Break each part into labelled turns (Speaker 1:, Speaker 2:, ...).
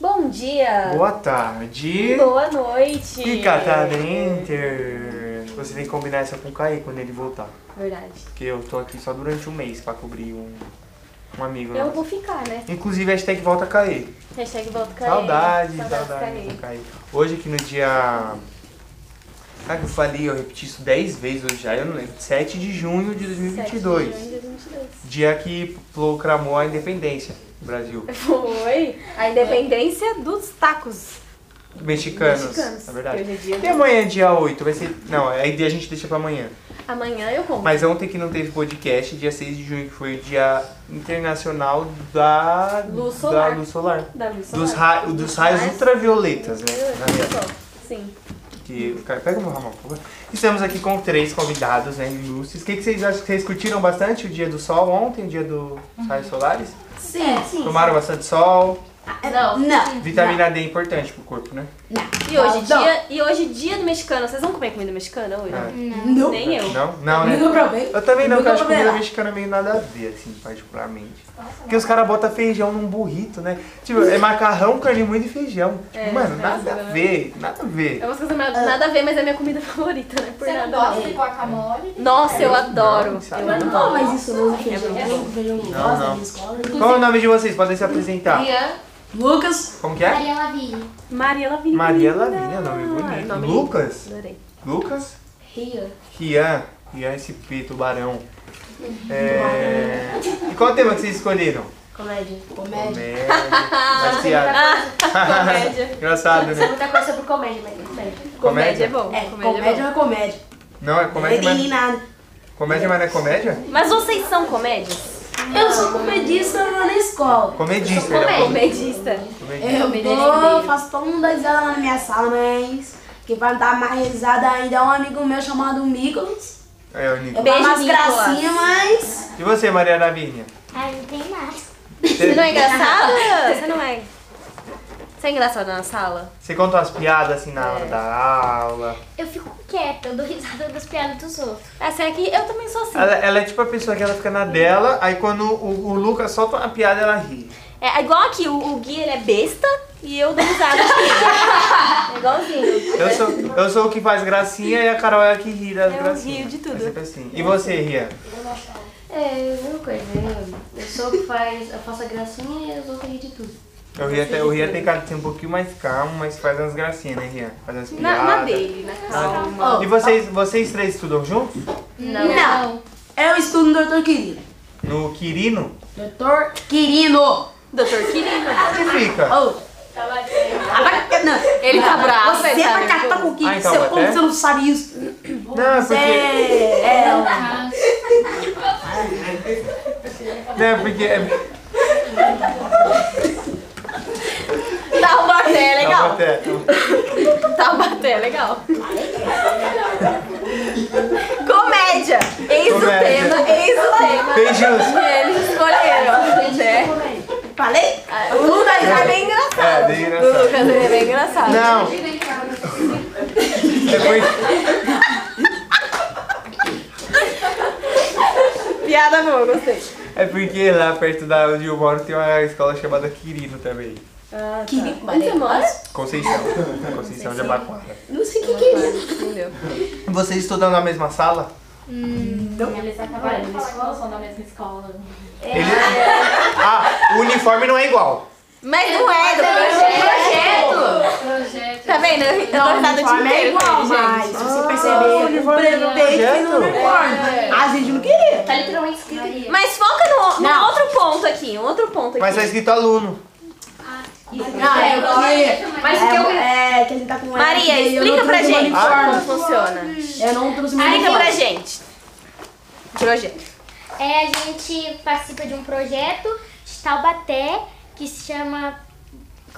Speaker 1: Bom dia!
Speaker 2: Boa tarde.
Speaker 1: Boa noite!
Speaker 2: E Catar Inter. Você tem que combinar essa com o Caí quando ele voltar.
Speaker 1: Verdade.
Speaker 2: Porque eu tô aqui só durante um mês pra cobrir um, um amigo.
Speaker 1: Eu
Speaker 2: nosso.
Speaker 1: vou ficar, né?
Speaker 2: Inclusive, hashtag volta a cair.
Speaker 1: Hashtag volta cair.
Speaker 2: Saudade,
Speaker 1: Saudades
Speaker 2: saudade
Speaker 1: cair.
Speaker 2: do Caí. Hoje aqui no dia. Ah, que eu falei, eu repeti isso 10 vezes hoje já, eu não lembro. 7 de junho de 2022.
Speaker 1: 7 de junho de 2022.
Speaker 2: Dia que proclamou a independência do Brasil.
Speaker 1: Foi
Speaker 3: A independência dos tacos.
Speaker 2: Mexicanos,
Speaker 1: Mexicanos,
Speaker 2: na verdade.
Speaker 3: que hoje é dia
Speaker 2: e amanhã é dia 8, vai ser. Não, aí a gente deixa pra amanhã.
Speaker 1: amanhã eu compro.
Speaker 2: Mas ontem que não teve podcast, dia 6 de junho, que foi o dia internacional da
Speaker 1: Luz solar.
Speaker 2: Da luz solar.
Speaker 1: Da luz
Speaker 2: Dos,
Speaker 1: solar.
Speaker 2: ra dos raios
Speaker 1: Mas-
Speaker 2: ultravioletas, né? Na verdade.
Speaker 1: Sim.
Speaker 2: Que, cara, pega o meu ramal, por favor. Estamos aqui com três convidados, né, ilustres. O que, que vocês acham? Vocês curtiram bastante o dia do sol ontem, o dia dos raios solares?
Speaker 3: Sim. sim.
Speaker 2: Tomaram bastante sol.
Speaker 1: Não.
Speaker 3: Não.
Speaker 2: Vitamina D é importante pro corpo, né?
Speaker 1: E hoje, é
Speaker 3: Não.
Speaker 1: dia, e hoje dia do mexicano. Vocês vão comer comida mexicana hoje?
Speaker 2: É.
Speaker 3: Não.
Speaker 1: Nem eu.
Speaker 2: Não? Não, né?
Speaker 3: Nunca provei.
Speaker 2: Eu também não, porque eu acho que comida
Speaker 3: Nunca
Speaker 2: mexicana é meio nada a ver, assim, particularmente. Porque os caras botam feijão num burrito, né? Tipo, é macarrão, carne moída e feijão. Tipo,
Speaker 1: É,
Speaker 2: mano,
Speaker 1: mas
Speaker 2: nada a
Speaker 1: não.
Speaker 2: ver, nada a ver.
Speaker 1: É umas coisas mais- nada a ver, mas é minha comida favorita, né? Por
Speaker 4: Você não
Speaker 1: nada a
Speaker 4: gosta
Speaker 1: ver.
Speaker 4: de guacamole?
Speaker 1: Nossa, eu adoro.
Speaker 2: É, Não, sabe?
Speaker 1: eu
Speaker 2: Mas
Speaker 1: adoro.
Speaker 2: não
Speaker 5: mas isso não feijão.
Speaker 1: É bom.
Speaker 5: feijão
Speaker 2: Não, não. Qual é o nome de vocês? Podem se apresentar.
Speaker 1: Maria,
Speaker 3: provei. Lucas.
Speaker 2: Como que é?
Speaker 4: Maria Lavini.
Speaker 1: Maria Lavigne.
Speaker 2: Maria Lavínia, é um nome
Speaker 1: Ah,
Speaker 2: bonito.
Speaker 1: nome
Speaker 2: Lucas?
Speaker 1: Adorei.
Speaker 2: Lucas?
Speaker 5: Ria.
Speaker 2: Rian. Rian SP, tubarão.
Speaker 1: Uhum.
Speaker 2: É... E qual o tema que vocês escolheram?
Speaker 5: Comédia. Comédia.
Speaker 2: Comédia. Mas
Speaker 1: Ah.
Speaker 2: piada.
Speaker 1: Comédia.
Speaker 2: Engraçado, né?
Speaker 1: tá
Speaker 5: Muita coisa sobre comédia, mas comédia.
Speaker 1: é Comédia é bom.
Speaker 3: É,
Speaker 1: comédia
Speaker 3: comédia
Speaker 1: é
Speaker 3: é comédia.
Speaker 2: bom. Não, é comédia, mas...
Speaker 3: nada.
Speaker 2: Comédia, mas não é comédia?
Speaker 1: bom. Mas vocês são comédias?
Speaker 5: Eu sou comedista na escola.
Speaker 2: Comedista, ele é
Speaker 1: Comedista.
Speaker 2: comedista.
Speaker 3: Eu
Speaker 1: É, Comédia
Speaker 3: vou,
Speaker 1: de
Speaker 3: faço todo mundo dar risada lá na minha sala, mas quem vai me dar mais risada ainda é um amigo meu chamado Nicolas.
Speaker 2: É, o Nico.
Speaker 3: Eu faço
Speaker 1: Beijo,
Speaker 3: umas
Speaker 1: Nicolas.
Speaker 3: gracinhas, mas...
Speaker 2: E você, Maria Lavínia?
Speaker 4: Ah, não tem nada.
Speaker 1: Você não é engraçada? Você não é. Você é engraçada na sala?
Speaker 2: Você conta umas piadas assim na hora
Speaker 1: É.
Speaker 2: da aula.
Speaker 4: Eu fico quieta, eu dou risada das piadas dos outros.
Speaker 1: Essa é que eu também sou assim.
Speaker 2: Ela, ela é tipo a pessoa que ela fica na dela, aí quando o, o Lucas solta uma piada, ela ri.
Speaker 1: É igual aqui, o, o Gui ele é besta e eu dou risada. de tudo. é igualzinho.
Speaker 2: Eu sou, eu sou o que faz gracinha e a Carol é a que ri das
Speaker 1: Eu
Speaker 2: gracinhas.
Speaker 1: rio de tudo.
Speaker 2: É sempre assim. E você, Ria?
Speaker 5: É, mesma coisa. Eu, eu sou que faz. Eu faço a gracinha e eu vou rir de tudo.
Speaker 2: Eu ria, até, eu ria tem cara de ser um pouquinho mais calmo, mas faz umas gracinhas, né, Ria? Faz umas piadas.
Speaker 1: Na, na dele, na calma.
Speaker 3: Oh,
Speaker 2: E vocês, vocês três estudam juntos?
Speaker 3: Não. Eu estudo no Doutor Quirino.
Speaker 2: No Quirino?
Speaker 3: Doutor Quirino.
Speaker 1: Doutor Quirino.
Speaker 2: Onde é fica?
Speaker 3: Oh.
Speaker 1: Ah,
Speaker 3: Agora, não.
Speaker 1: Ele tá bravo,
Speaker 3: Você vai catar com o
Speaker 2: Ah,
Speaker 3: Quirino.
Speaker 2: então,
Speaker 3: Seu- Como
Speaker 2: até?
Speaker 3: você não sabe isso?
Speaker 2: Não, é porque.
Speaker 3: É, é,
Speaker 2: Não, é porque. é-
Speaker 1: Tá o baté,
Speaker 2: Não,
Speaker 1: legal.
Speaker 2: até-
Speaker 1: Tá o baté, legal. Comédia. Eis o
Speaker 2: Comédia.
Speaker 1: tema, eis o tema.
Speaker 2: Fez justo.
Speaker 1: que Eles escolheram, né?
Speaker 3: Falei? O Lucas é bem engraçado. Né?
Speaker 2: É, bem
Speaker 1: O
Speaker 2: engraçado.
Speaker 1: Lucas ele é bem engraçado.
Speaker 2: Não. Depois,
Speaker 1: Piada boa, gostei.
Speaker 2: é porque lá perto da onde eu moro tem uma escola chamada Quirino também.
Speaker 3: Quirino,
Speaker 1: Onde você mora?
Speaker 2: Conceição. Conceição de Abaquara.
Speaker 3: Não sei o que, que é isso.
Speaker 1: Entendeu?
Speaker 2: Vocês estudam na mesma sala?
Speaker 4: Eles acabaram na escola, são da mesma escola.
Speaker 2: Ele... Ah, o uniforme não é igual.
Speaker 1: Mas não é, do projeto.
Speaker 4: Projeto.
Speaker 1: Tá vendo? Eu eu tô
Speaker 3: Não, o
Speaker 1: risada de
Speaker 3: uniforme é
Speaker 1: inteiro com
Speaker 3: igual,
Speaker 1: ele, gente.
Speaker 3: mas se
Speaker 2: Ah, é um
Speaker 3: você perceber, o preto peito fez o uniforme. A gente não queria.
Speaker 4: Tá literalmente escrito.
Speaker 1: Mas foca no, no
Speaker 3: Não.
Speaker 1: outro ponto aqui, um outro ponto aqui.
Speaker 2: Mas tá escrito aluno.
Speaker 3: Não, é o que...
Speaker 4: Mas o que eu...
Speaker 3: É, é que a gente tá com ela
Speaker 1: Maria,
Speaker 3: aqui, eu não
Speaker 1: explica pra
Speaker 3: trouxe meu
Speaker 1: gente como
Speaker 2: Ah,
Speaker 3: uniforme.
Speaker 1: funciona.
Speaker 3: Eu não trouxe meu
Speaker 1: Explica pra
Speaker 3: uniforme.
Speaker 1: gente. Projeto.
Speaker 4: É, a gente participa de um projeto de Taubaté que se chama...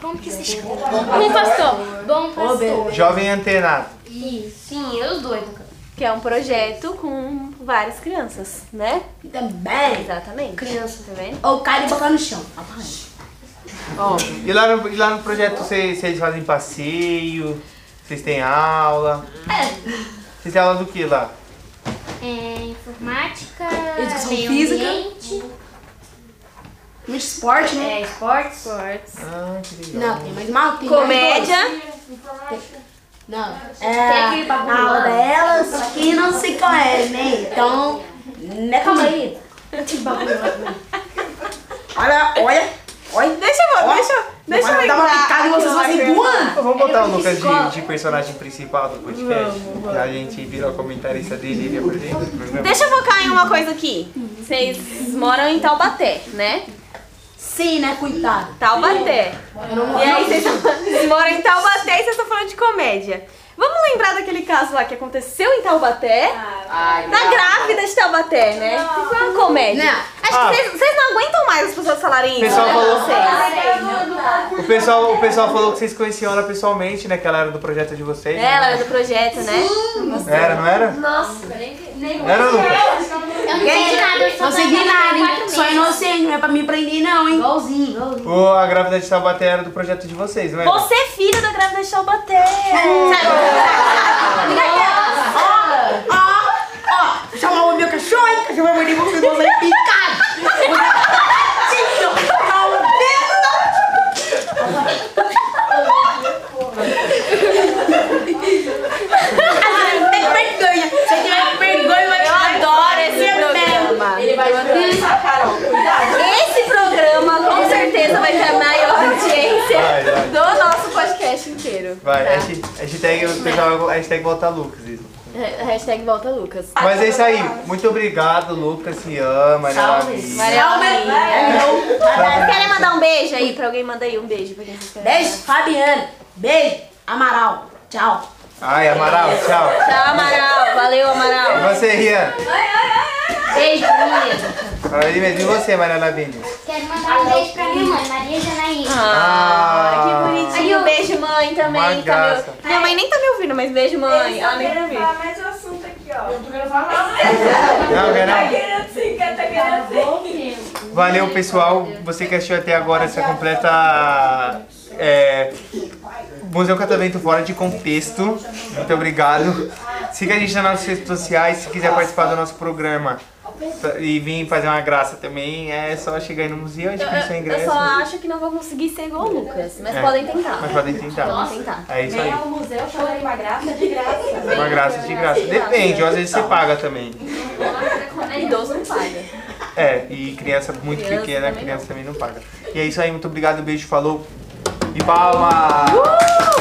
Speaker 4: Como que se chama? Bom Pastor. Bom Pastor.
Speaker 2: Jovem antenado.
Speaker 4: Isso.
Speaker 5: Sim, eu os dois, no caso.
Speaker 1: Que é um projeto com várias crianças, né?
Speaker 3: Também.
Speaker 1: Exatamente. Criança, tá vendo?
Speaker 3: Ou cai e botar no chão.
Speaker 2: E lá no, e lá no projeto vocês, vocês fazem passeio, Vocês têm aula? Vocês têm aula do que lá?
Speaker 4: É, informática,
Speaker 3: Educação
Speaker 4: meio
Speaker 3: física.
Speaker 4: ambiente,
Speaker 3: Muito esporte, né?
Speaker 5: É, esportes.
Speaker 2: Ah, que legal.
Speaker 3: Não, tem mais mal, tem mais
Speaker 1: Comédia.
Speaker 3: dois. Não. É, a aula delas, só que não se conhece, né? Então, né, calma aí. Olha, olha, olha.
Speaker 1: Deixa eu,
Speaker 3: Ó,
Speaker 1: deixa, eu- deixa eu é
Speaker 3: vai dar uma
Speaker 1: lembrar
Speaker 3: picada e
Speaker 1: aqui
Speaker 3: vocês
Speaker 1: uma
Speaker 3: vão se
Speaker 1: pergunta.
Speaker 3: voando.
Speaker 2: Vamos botar o Lucas de, de personagem principal do podcast. Já a gente virou comentarista dele, ele é apresenta o programa.
Speaker 1: Deixa eu focar em uma coisa aqui. Vocês moram em Taubaté, né?
Speaker 3: Sim, né, coitado.
Speaker 1: Taubaté.
Speaker 3: Eu não
Speaker 1: E aí vocês, vocês moram em Taubaté e vocês estão falando de comédia. Vamos lembrar daquele caso lá que aconteceu em Taubaté? da grávida de Taubaté, né? Isso foi uma comédia. Acho
Speaker 2: Ah.
Speaker 1: que vocês, vocês não aguentam mais as pessoas falarem isso.
Speaker 2: Pessoal
Speaker 1: né,
Speaker 2: falou-
Speaker 1: vocês.
Speaker 2: O pessoal, o pessoal falou que vocês conheciam ela pessoalmente, né? Que ela era do projeto de vocês. né?
Speaker 1: Ela era do projeto, né?
Speaker 2: Era, não era?
Speaker 5: Nossa.
Speaker 2: Não era, Lucas?
Speaker 4: Eu não sei de nada, eu sou
Speaker 3: Não sei de nada, hein?
Speaker 4: quatro
Speaker 3: Sou
Speaker 4: meses.
Speaker 3: inocente, não é pra me prender, não, hein?
Speaker 5: Igualzinho, igualzinho.
Speaker 2: Ou a grávida de Taubaté era do projeto de vocês, não era?
Speaker 1: Você é filho da grávida de Taubaté.
Speaker 3: Ó, chamar o meu cachorro, hein? Cachorro vai morrer vocês vão sair picado. Tem vergonha. Se tiver vergonha, vai
Speaker 1: Eu adoro esse programa. Então,
Speaker 6: Ele vai te pensar, Carol. Cuidado.
Speaker 1: Esse programa com certeza vai ter a maior audiência
Speaker 2: Vai, vai.
Speaker 1: do nosso podcast inteiro.
Speaker 2: Vai,
Speaker 1: tá?
Speaker 2: hashtag, hashtag, o pessoal- hashtag volta Lucas. isso.
Speaker 1: Ha- Hashtag volta Lucas.
Speaker 2: Mas é isso aí. Muito obrigado, Lucas. Se ama, né?
Speaker 1: Maria Laura.
Speaker 3: Salve.
Speaker 1: Querem mandar um beijo aí pra alguém? Manda aí um beijo pra quem vocês querem.
Speaker 3: Beijo, Fabiana. Beijo, Amaral. Tchau.
Speaker 2: Ai, Amaral, tchau.
Speaker 1: Tchau, Amaral. Valeu, Amaral.
Speaker 2: E você, Rian?
Speaker 4: Beijo, menino.
Speaker 2: Aí mesmo. E você, Maria Lavínia?
Speaker 4: Quero mandar um beijo pra minha mãe, Maria Janaína.
Speaker 1: Ah,
Speaker 2: Ah.
Speaker 1: que bonitinho. um beijo, mãe, também.
Speaker 2: Uma
Speaker 1: que tá me-
Speaker 2: graça.
Speaker 1: Minha mãe nem tá me ouvindo, mas beijo, mãe. Ela nem tá me ouvindo.
Speaker 6: mais um assunto aqui, ó. Eu tô querendo
Speaker 2: Não, quer não?
Speaker 6: querendo sim, quer tá querendo sim.
Speaker 2: Valeu, pessoal. Você que assistiu até agora essa completa. É, Museu Catavento fora de contexto. Muito obrigado. Siga a gente nas nossas redes sociais. Se quiser participar do nosso programa e vir fazer uma graça também, é só chegar aí no museu, a gente tem seu
Speaker 1: Eu, eu
Speaker 2: Tipo, ingresso. né?
Speaker 1: só acho que não vou conseguir ser igual o Lucas, mas
Speaker 2: É.
Speaker 1: podem tentar.
Speaker 2: Mas podem tentar.
Speaker 1: Podem tentar.
Speaker 2: É isso aí.
Speaker 6: Vem ao museu, chama uma graça de graça.
Speaker 2: Uma graça de graça. Depende, ou às vezes você paga também.
Speaker 1: É, Idoso não paga.
Speaker 2: É, e criança muito
Speaker 1: Criança
Speaker 2: pequena,
Speaker 1: também
Speaker 2: criança também não paga. E é isso aí, muito obrigado, beijo, falou e palmas!
Speaker 1: Uh!